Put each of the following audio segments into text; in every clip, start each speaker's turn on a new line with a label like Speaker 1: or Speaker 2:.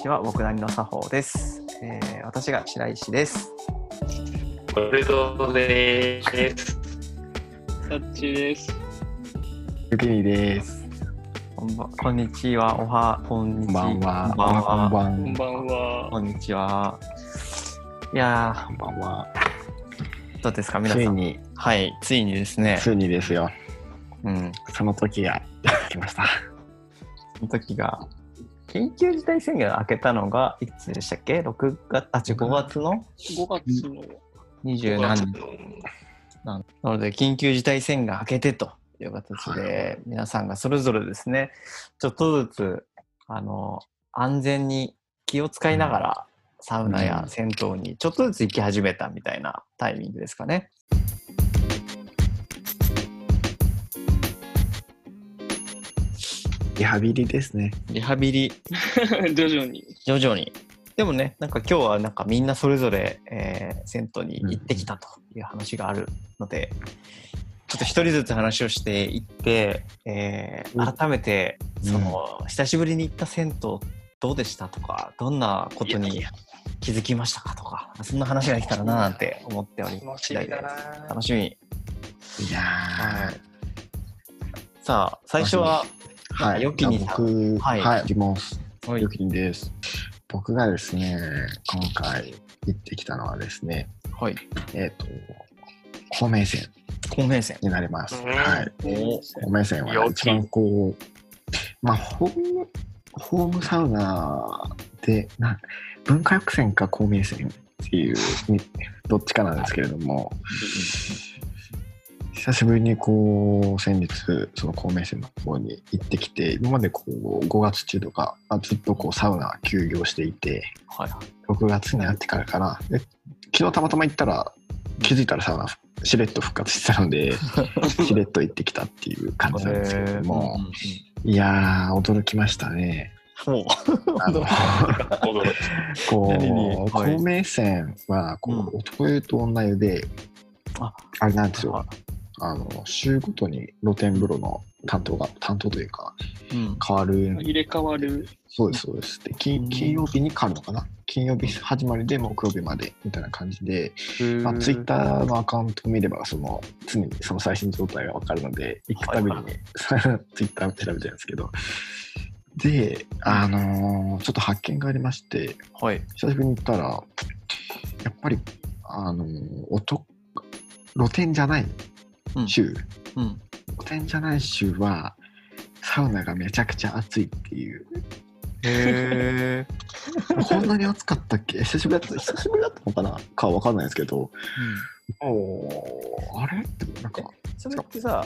Speaker 1: ちは僕なりの作法です、えー私が白石です
Speaker 2: おめでとうです。
Speaker 3: タッチです。
Speaker 4: ゆきにです。
Speaker 1: こんばんこんにちはおはこんにち
Speaker 4: こんばんは。
Speaker 1: こんばんは
Speaker 4: こ
Speaker 3: こん
Speaker 4: んばん
Speaker 3: ばんは。
Speaker 1: こんにちはいや
Speaker 4: こんばんは。
Speaker 1: ーどうですか皆
Speaker 4: つ
Speaker 1: さ
Speaker 4: い
Speaker 1: ん
Speaker 4: に、
Speaker 1: はいついにですね
Speaker 4: ついにですよ。
Speaker 1: うん
Speaker 4: その時が来 ました。
Speaker 1: その時が緊急事態宣言が明けたのがいつでしたっけ6月あ違う5月の
Speaker 3: 5月の
Speaker 1: 20何日なので緊急事態宣言が明けてという形で皆さんがそれぞれですねちょっとずつあの安全に気を使いながらサウナや銭湯にちょっとずつ行き始めたみたいなタイミングですかね。
Speaker 4: リハビリですね。
Speaker 1: リハビリ
Speaker 3: 徐々に。
Speaker 1: 徐々にでもねなんか今日はなんかみんなそれぞれ、えー銭湯に行ってきたという話があるので、ちょっと一人ずつ話をしていって、えー改めてその、久しぶりに行った銭湯どうでしたとかどんなことに気づきましたかとかそんな話ができたらななんて思っており
Speaker 2: 楽し
Speaker 1: 次第
Speaker 2: み
Speaker 1: で
Speaker 2: だ
Speaker 1: す
Speaker 2: な。
Speaker 1: 楽しみ
Speaker 4: いや
Speaker 1: はいさあ最初は
Speaker 4: ー。はい。
Speaker 1: よきにさん
Speaker 4: 僕、
Speaker 1: はい
Speaker 4: はい。行きます。
Speaker 1: はい
Speaker 4: よきにです。僕がですね、今回行ってきたのはですね、
Speaker 1: はい
Speaker 4: えっと、孔明線
Speaker 1: 公明線
Speaker 4: になります。
Speaker 2: うん
Speaker 4: はい。
Speaker 1: お
Speaker 4: ごめんなさい、
Speaker 2: 陽気
Speaker 4: 一番こう、まあ、ホーム、ホームサウナで、な文化浴船か公明船っていう、にどっちかなんですけれども、久しぶりにこう、先日、その公明船の方に行ってきて、今までこう、5月中とか、あずっとこう、サウナ休業していて、
Speaker 1: はいは
Speaker 4: 6月になってからかな。で昨日たまたま行ったら、気づいたらサウナ、しれっと復活してた ので、しれっと行ってきたっていう感じなんですけれども、いやー、驚きましたね。
Speaker 1: も
Speaker 4: あの
Speaker 2: 驚い
Speaker 4: こ
Speaker 1: 何に
Speaker 4: う、
Speaker 1: はい
Speaker 4: 透明線はこう、
Speaker 1: うん
Speaker 4: 男湯と女湯で、
Speaker 1: あ
Speaker 4: あれなんです
Speaker 1: う、
Speaker 4: よ、あの週ごとに露天風呂の担当が、担当というか、
Speaker 1: うん、
Speaker 4: 変わるの
Speaker 3: 入
Speaker 4: に、
Speaker 3: れ替わる。
Speaker 4: そうです、そうです。で
Speaker 1: う
Speaker 4: 金、
Speaker 1: ん
Speaker 4: 金曜日に変わるのかな金曜日始まりで木曜日までみたいな感じで、まあ、ツイッターのアカウントを見ればその常にその最新状態が分かるので行くたびに、
Speaker 1: はい
Speaker 4: ツイッターを調べちゃうんですけどで、あのーちょっと発見がありまして
Speaker 1: はい
Speaker 4: 久しぶりに行ったらやっぱり、あのー音露天じゃない
Speaker 1: うん
Speaker 4: 週、
Speaker 1: うん
Speaker 4: 露天じゃない週はサウナがめちゃくちゃ暑いっていう
Speaker 1: へえ。
Speaker 4: こんなに暑かったっけ久しぶりだった久しぶりだったのかなかは分かんないですけどあれってなんか
Speaker 1: それってさ、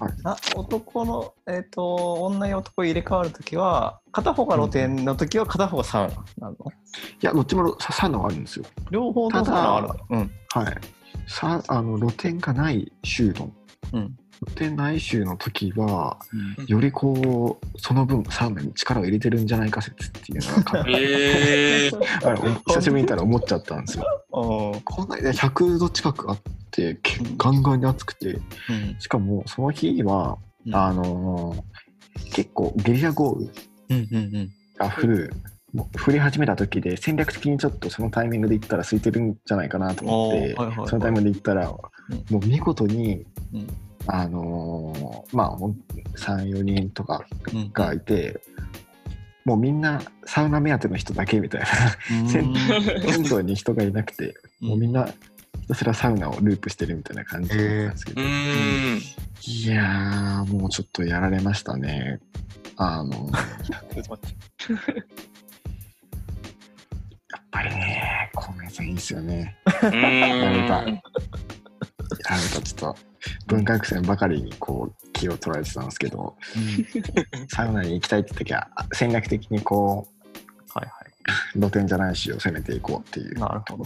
Speaker 4: はい
Speaker 1: な男の、えっと女や男入れ替わるときは片方が露天のときは片方がサウナなの、
Speaker 4: いやどっちもササウナはあるんですよ
Speaker 1: 両方のサウナあるのうん
Speaker 4: はい。さあの露天がない週の
Speaker 1: うん
Speaker 4: 露天ない週の時はよりこうその分サウナに力を入れてるんじゃないか説っていうのがか
Speaker 2: えー、
Speaker 4: あの久しぶりにいたら思っちゃったんですよ。
Speaker 1: おー
Speaker 4: こんなにね100度近くあってけガンガンに暑くて
Speaker 1: うん
Speaker 4: しかもその日は、
Speaker 1: うん
Speaker 4: あのー結構ゲリラ豪雨
Speaker 1: うんうんうん
Speaker 4: が降る。もう降り始めた時で戦略的にちょっとそのタイミングで行ったら空いてるんじゃないかなと思って、
Speaker 1: おーはいはいはい
Speaker 4: そのタイミングで行った
Speaker 1: ん
Speaker 4: ら、もう見事に
Speaker 1: うん
Speaker 4: あのーまあほん34人とか
Speaker 1: うん
Speaker 4: がいて、もうみんなサウナ目当ての人だけ みたいな
Speaker 1: うん
Speaker 4: 銭湯に人がいなくて、もうみんなひたすらサウナをループしてるみたいな感じだったんですけ
Speaker 2: う
Speaker 4: ど、
Speaker 2: ーん。
Speaker 4: いやーもうちょっとやられましたねあのーやっぱりね小梅さんいいですよね
Speaker 2: うー
Speaker 4: やめ
Speaker 2: ん。
Speaker 4: あのちょっと文化学生ばかりにこう気を取られてたんですけど
Speaker 1: うん
Speaker 4: サウナに行きたいって時は戦略的にこう
Speaker 1: はいは
Speaker 4: 露天じゃないしを攻めていこうってい
Speaker 1: いうなるほど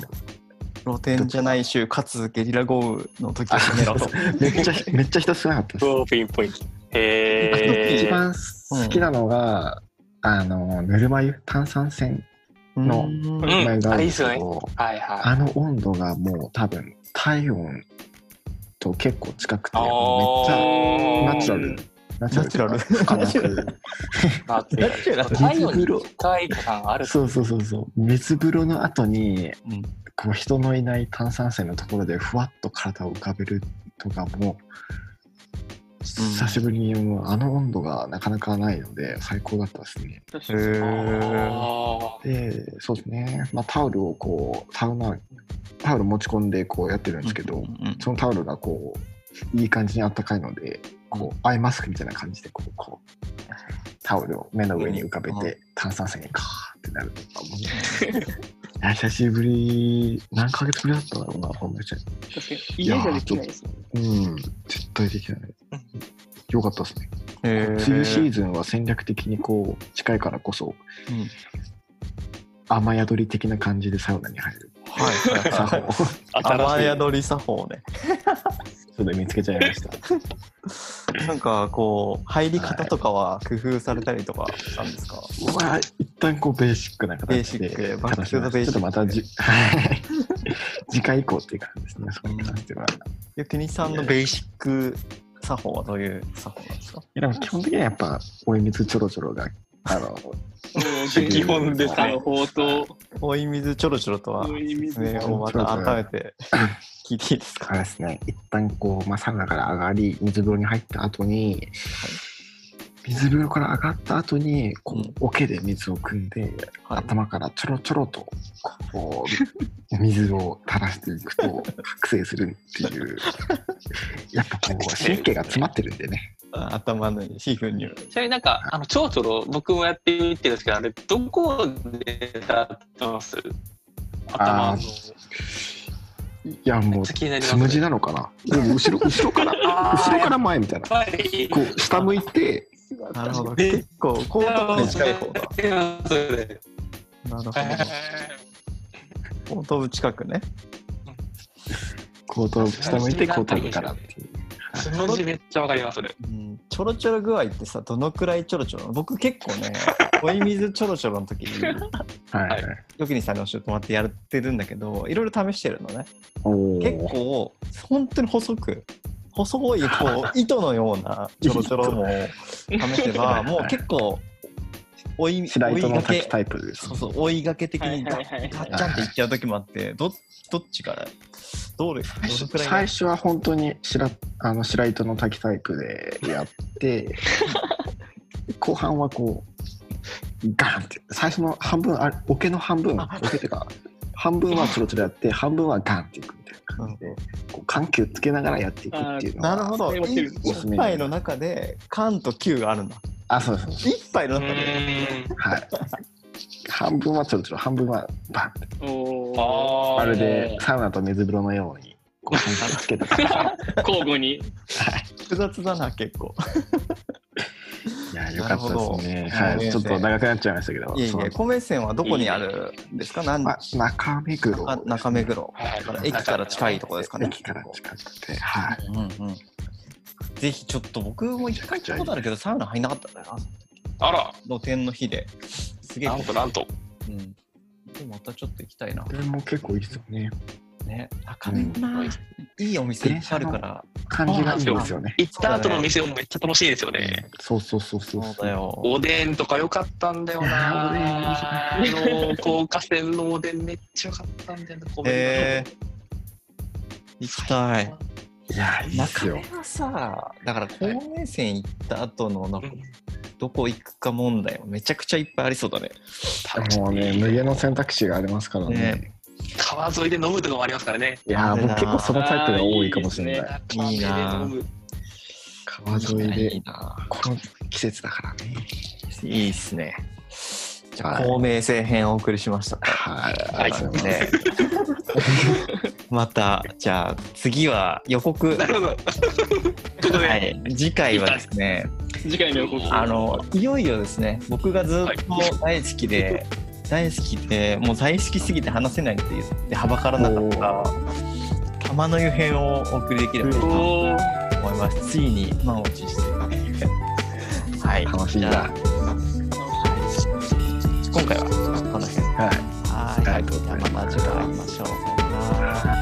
Speaker 1: 露天じゃない週かつゲリラ豪雨の時を決めろと
Speaker 4: めっちゃめっちゃ人少なかったです、
Speaker 2: そうピンポイント。へ
Speaker 4: 一
Speaker 2: ー。
Speaker 4: 番好きなのが、あのぬるま湯炭酸泉 の
Speaker 1: うん
Speaker 4: ぬるま湯があるんです
Speaker 2: うん
Speaker 4: け
Speaker 2: あいいっす
Speaker 4: ど、
Speaker 2: はいは
Speaker 4: あの温度がもう多分体温と結構近くて
Speaker 2: あー
Speaker 4: もうめっちゃ
Speaker 3: うん
Speaker 4: ナチュラルナ
Speaker 1: ナチュラル
Speaker 4: かなく
Speaker 2: だって
Speaker 1: ナチュラル
Speaker 2: 太陽に近い感ある
Speaker 4: そうそうそうそう水風呂の後に
Speaker 1: うん
Speaker 4: こう人のいない炭酸泉のところでふわっと体を浮かべるとかも久しぶりにもうあの温度がなかなかないので最高だったですね。
Speaker 3: 確
Speaker 1: へ
Speaker 3: かに。
Speaker 1: ー
Speaker 2: あ
Speaker 4: でそうですね、まあ、タオルをこうサウナタオル持ち込んでこうやってるんですけど、
Speaker 1: うんうん
Speaker 4: そのタオルがこういい感じにあったかいのでこうアイマスクみたいな感じでこうこうタオルを目の上に浮かべ
Speaker 1: うん
Speaker 4: て炭酸泉にカーってなるとかもいや 久しぶり何ヶ月ぶりだったんだろうなこんな人
Speaker 3: 確かに。家じゃできないですもんね。
Speaker 4: うん絶対できないよかったですね
Speaker 1: へ
Speaker 4: 梅雨シーズンは戦略的にこう近いからこそ
Speaker 1: うん
Speaker 4: 雨宿り的な感じでサウナに入る
Speaker 1: はい
Speaker 4: 作
Speaker 1: はい
Speaker 4: 法
Speaker 1: はい 雨
Speaker 4: を
Speaker 1: 宿り作法ね
Speaker 4: それ見つけちゃいました
Speaker 1: なんかこう入り方とかは工夫されたりとかしたんですか、
Speaker 4: まあ、一旦こうベーシックな形で
Speaker 1: ベーシックバック
Speaker 4: 形
Speaker 1: トゥザベー
Speaker 4: ち
Speaker 1: シック
Speaker 4: ょっとまたじはい 次回以降っていう感じですね、そこに関しては。
Speaker 1: 逆にさんのベーシック作法はどういう作法なんですか
Speaker 4: いやでも基本的にはやっぱ、お湯水ちょろちょろが、あの、
Speaker 3: うん
Speaker 4: 基本ですね
Speaker 3: 作法と、
Speaker 1: おい水ちょろちょろとは
Speaker 3: おい水
Speaker 1: 説明をまた改めて聞いていいです
Speaker 4: あ
Speaker 1: か
Speaker 4: れですね、一旦こう、まあ、サウナから上がり、水風呂に入った後に、水風呂から上がった後に、こ
Speaker 1: うん
Speaker 4: う、桶で水を汲んで、
Speaker 1: はい
Speaker 4: 頭からちょろちょろと、こう、水を垂らしていくと、覚醒するっていう、やっぱこう、神経が詰まってるんでね。
Speaker 1: あ頭の皮膚に
Speaker 2: ちなみになんか、あの、ちょろちょろ僕もやってみてるんですけど、あれ、どこでやってます頭
Speaker 4: あ
Speaker 2: の。
Speaker 4: いや
Speaker 2: め
Speaker 4: も
Speaker 2: っ
Speaker 4: う
Speaker 2: ちゃ気になります
Speaker 4: つむじなのかなでも 後ろ後ろから
Speaker 2: あー
Speaker 4: 後ろから前みたいな
Speaker 2: やっぱり。
Speaker 4: こう下向いて
Speaker 1: なるほど
Speaker 2: え
Speaker 1: 結構後頭部に近い方が
Speaker 2: それで
Speaker 1: なるほど後頭部近くね
Speaker 4: 後頭部下向いて後頭部からっていう
Speaker 2: つむじめっちゃわかります、それ。
Speaker 1: うんちょろちょろ具合ってさどのくらいちょろちょろ僕結構 ねおい水ちょろちょろの時に
Speaker 4: はい、
Speaker 2: はい
Speaker 1: 時にさんに教えてもらってやってるんだけどいろいろ試してるのね
Speaker 4: おお
Speaker 1: 結構本当に細く細いこ う糸のようなちょろちょろも試せばもう結構追い
Speaker 4: 白
Speaker 1: 追い
Speaker 4: 糸の
Speaker 1: が
Speaker 4: 滝
Speaker 1: け
Speaker 4: タイプです
Speaker 1: そうそう追いがけ的
Speaker 3: は
Speaker 1: に
Speaker 3: い
Speaker 1: ガ
Speaker 3: は
Speaker 1: ッ
Speaker 3: いはい。
Speaker 1: ガッチャンっていっちゃう時もあってどどっちからどれどのくらいが
Speaker 4: 最初は本当に白あの白糸の滝タイプでやって 後半はこうガンって最初の半分あれ桶の半分
Speaker 1: あ
Speaker 4: 桶っていうか半分はちょろちょろやって半分はガンっていくみたいな感じで、こう緩急つけながらやっていくっていうの
Speaker 1: なるほ
Speaker 4: は
Speaker 1: ど
Speaker 3: それも切る
Speaker 1: 一杯の中で缶と球があるんだ
Speaker 4: あそうそうそう
Speaker 1: 一杯の中で
Speaker 4: はい半分はちょろちょろ半分はバンって
Speaker 3: お
Speaker 2: あ
Speaker 3: ー
Speaker 2: あ。
Speaker 4: まるでサウナと水風呂のようにこう緩急つけた感じ
Speaker 3: 交互に。
Speaker 1: 複雑だな結構
Speaker 4: いやよかったですね
Speaker 1: なるほど
Speaker 4: はいちょっと長くなっちゃいましたけど
Speaker 1: いえい
Speaker 4: そう
Speaker 1: え米線はどこにあるんですか何
Speaker 4: ま、中目黒
Speaker 1: あ中目黒
Speaker 2: はい
Speaker 1: だから駅から近いところですかね
Speaker 4: 駅から近くてはい
Speaker 1: うんうんぜひちょっと僕も一回行ったことあるけどサウナ入んなかったんだよな
Speaker 2: あら、
Speaker 1: 露天の日ですげえ
Speaker 2: なんとなんと。
Speaker 1: うん、でもまたちょっと行きたいな
Speaker 4: でも結構いいですよね
Speaker 1: ね高めもな、
Speaker 2: うん
Speaker 1: いいお店いっぱいあるから
Speaker 4: 感じがいいですよね
Speaker 2: 行った後の店もめっちゃ楽しいですよね。
Speaker 4: そうそうそうそう
Speaker 1: そうだよ
Speaker 2: おでんとか良かったんだよな。あ
Speaker 4: いやおでん
Speaker 2: の、高架線のおでんめっちゃ良かったんだよな。
Speaker 1: えー行きたい
Speaker 4: いやいいっす
Speaker 1: 中
Speaker 4: よ
Speaker 1: 目はさだから高名線行った後のなんかどこ行くか問題はめちゃくちゃいっぱいありそうだね
Speaker 4: もうね無限の選択肢がありますからね
Speaker 1: ね
Speaker 2: 川沿いで飲むとかもありますからね。
Speaker 4: いやー僕結構そのタイプが多いかもしれない
Speaker 3: あ
Speaker 2: 川
Speaker 1: い
Speaker 2: 沿
Speaker 1: い
Speaker 2: で
Speaker 1: な
Speaker 2: 飲む。
Speaker 4: 川沿い
Speaker 1: い
Speaker 4: で
Speaker 1: いな
Speaker 4: この季節だからね
Speaker 1: いいっすねじゃあ、
Speaker 4: はい
Speaker 1: 公明性編をお送りしました
Speaker 4: はい
Speaker 2: はい
Speaker 4: ありがとうございます
Speaker 1: ね またじゃあ次は予告
Speaker 2: なるほど。ということ
Speaker 1: は
Speaker 2: で、
Speaker 1: い、次回はですね、
Speaker 3: 次回の予告。
Speaker 1: あのいよいよですね、僕がずっと大好きで、大好きで、もう大好きすぎて話せないって言って、はばからなかった、玉の湯編をお送りできればいいと思
Speaker 3: おー
Speaker 1: います。ついに満を持して、はい、
Speaker 4: 楽しみだ
Speaker 1: じゃあ今回はこの辺。
Speaker 4: はい
Speaker 1: はい、
Speaker 4: ありがとうございます
Speaker 1: じゃあまた次回会いましょう。さよなら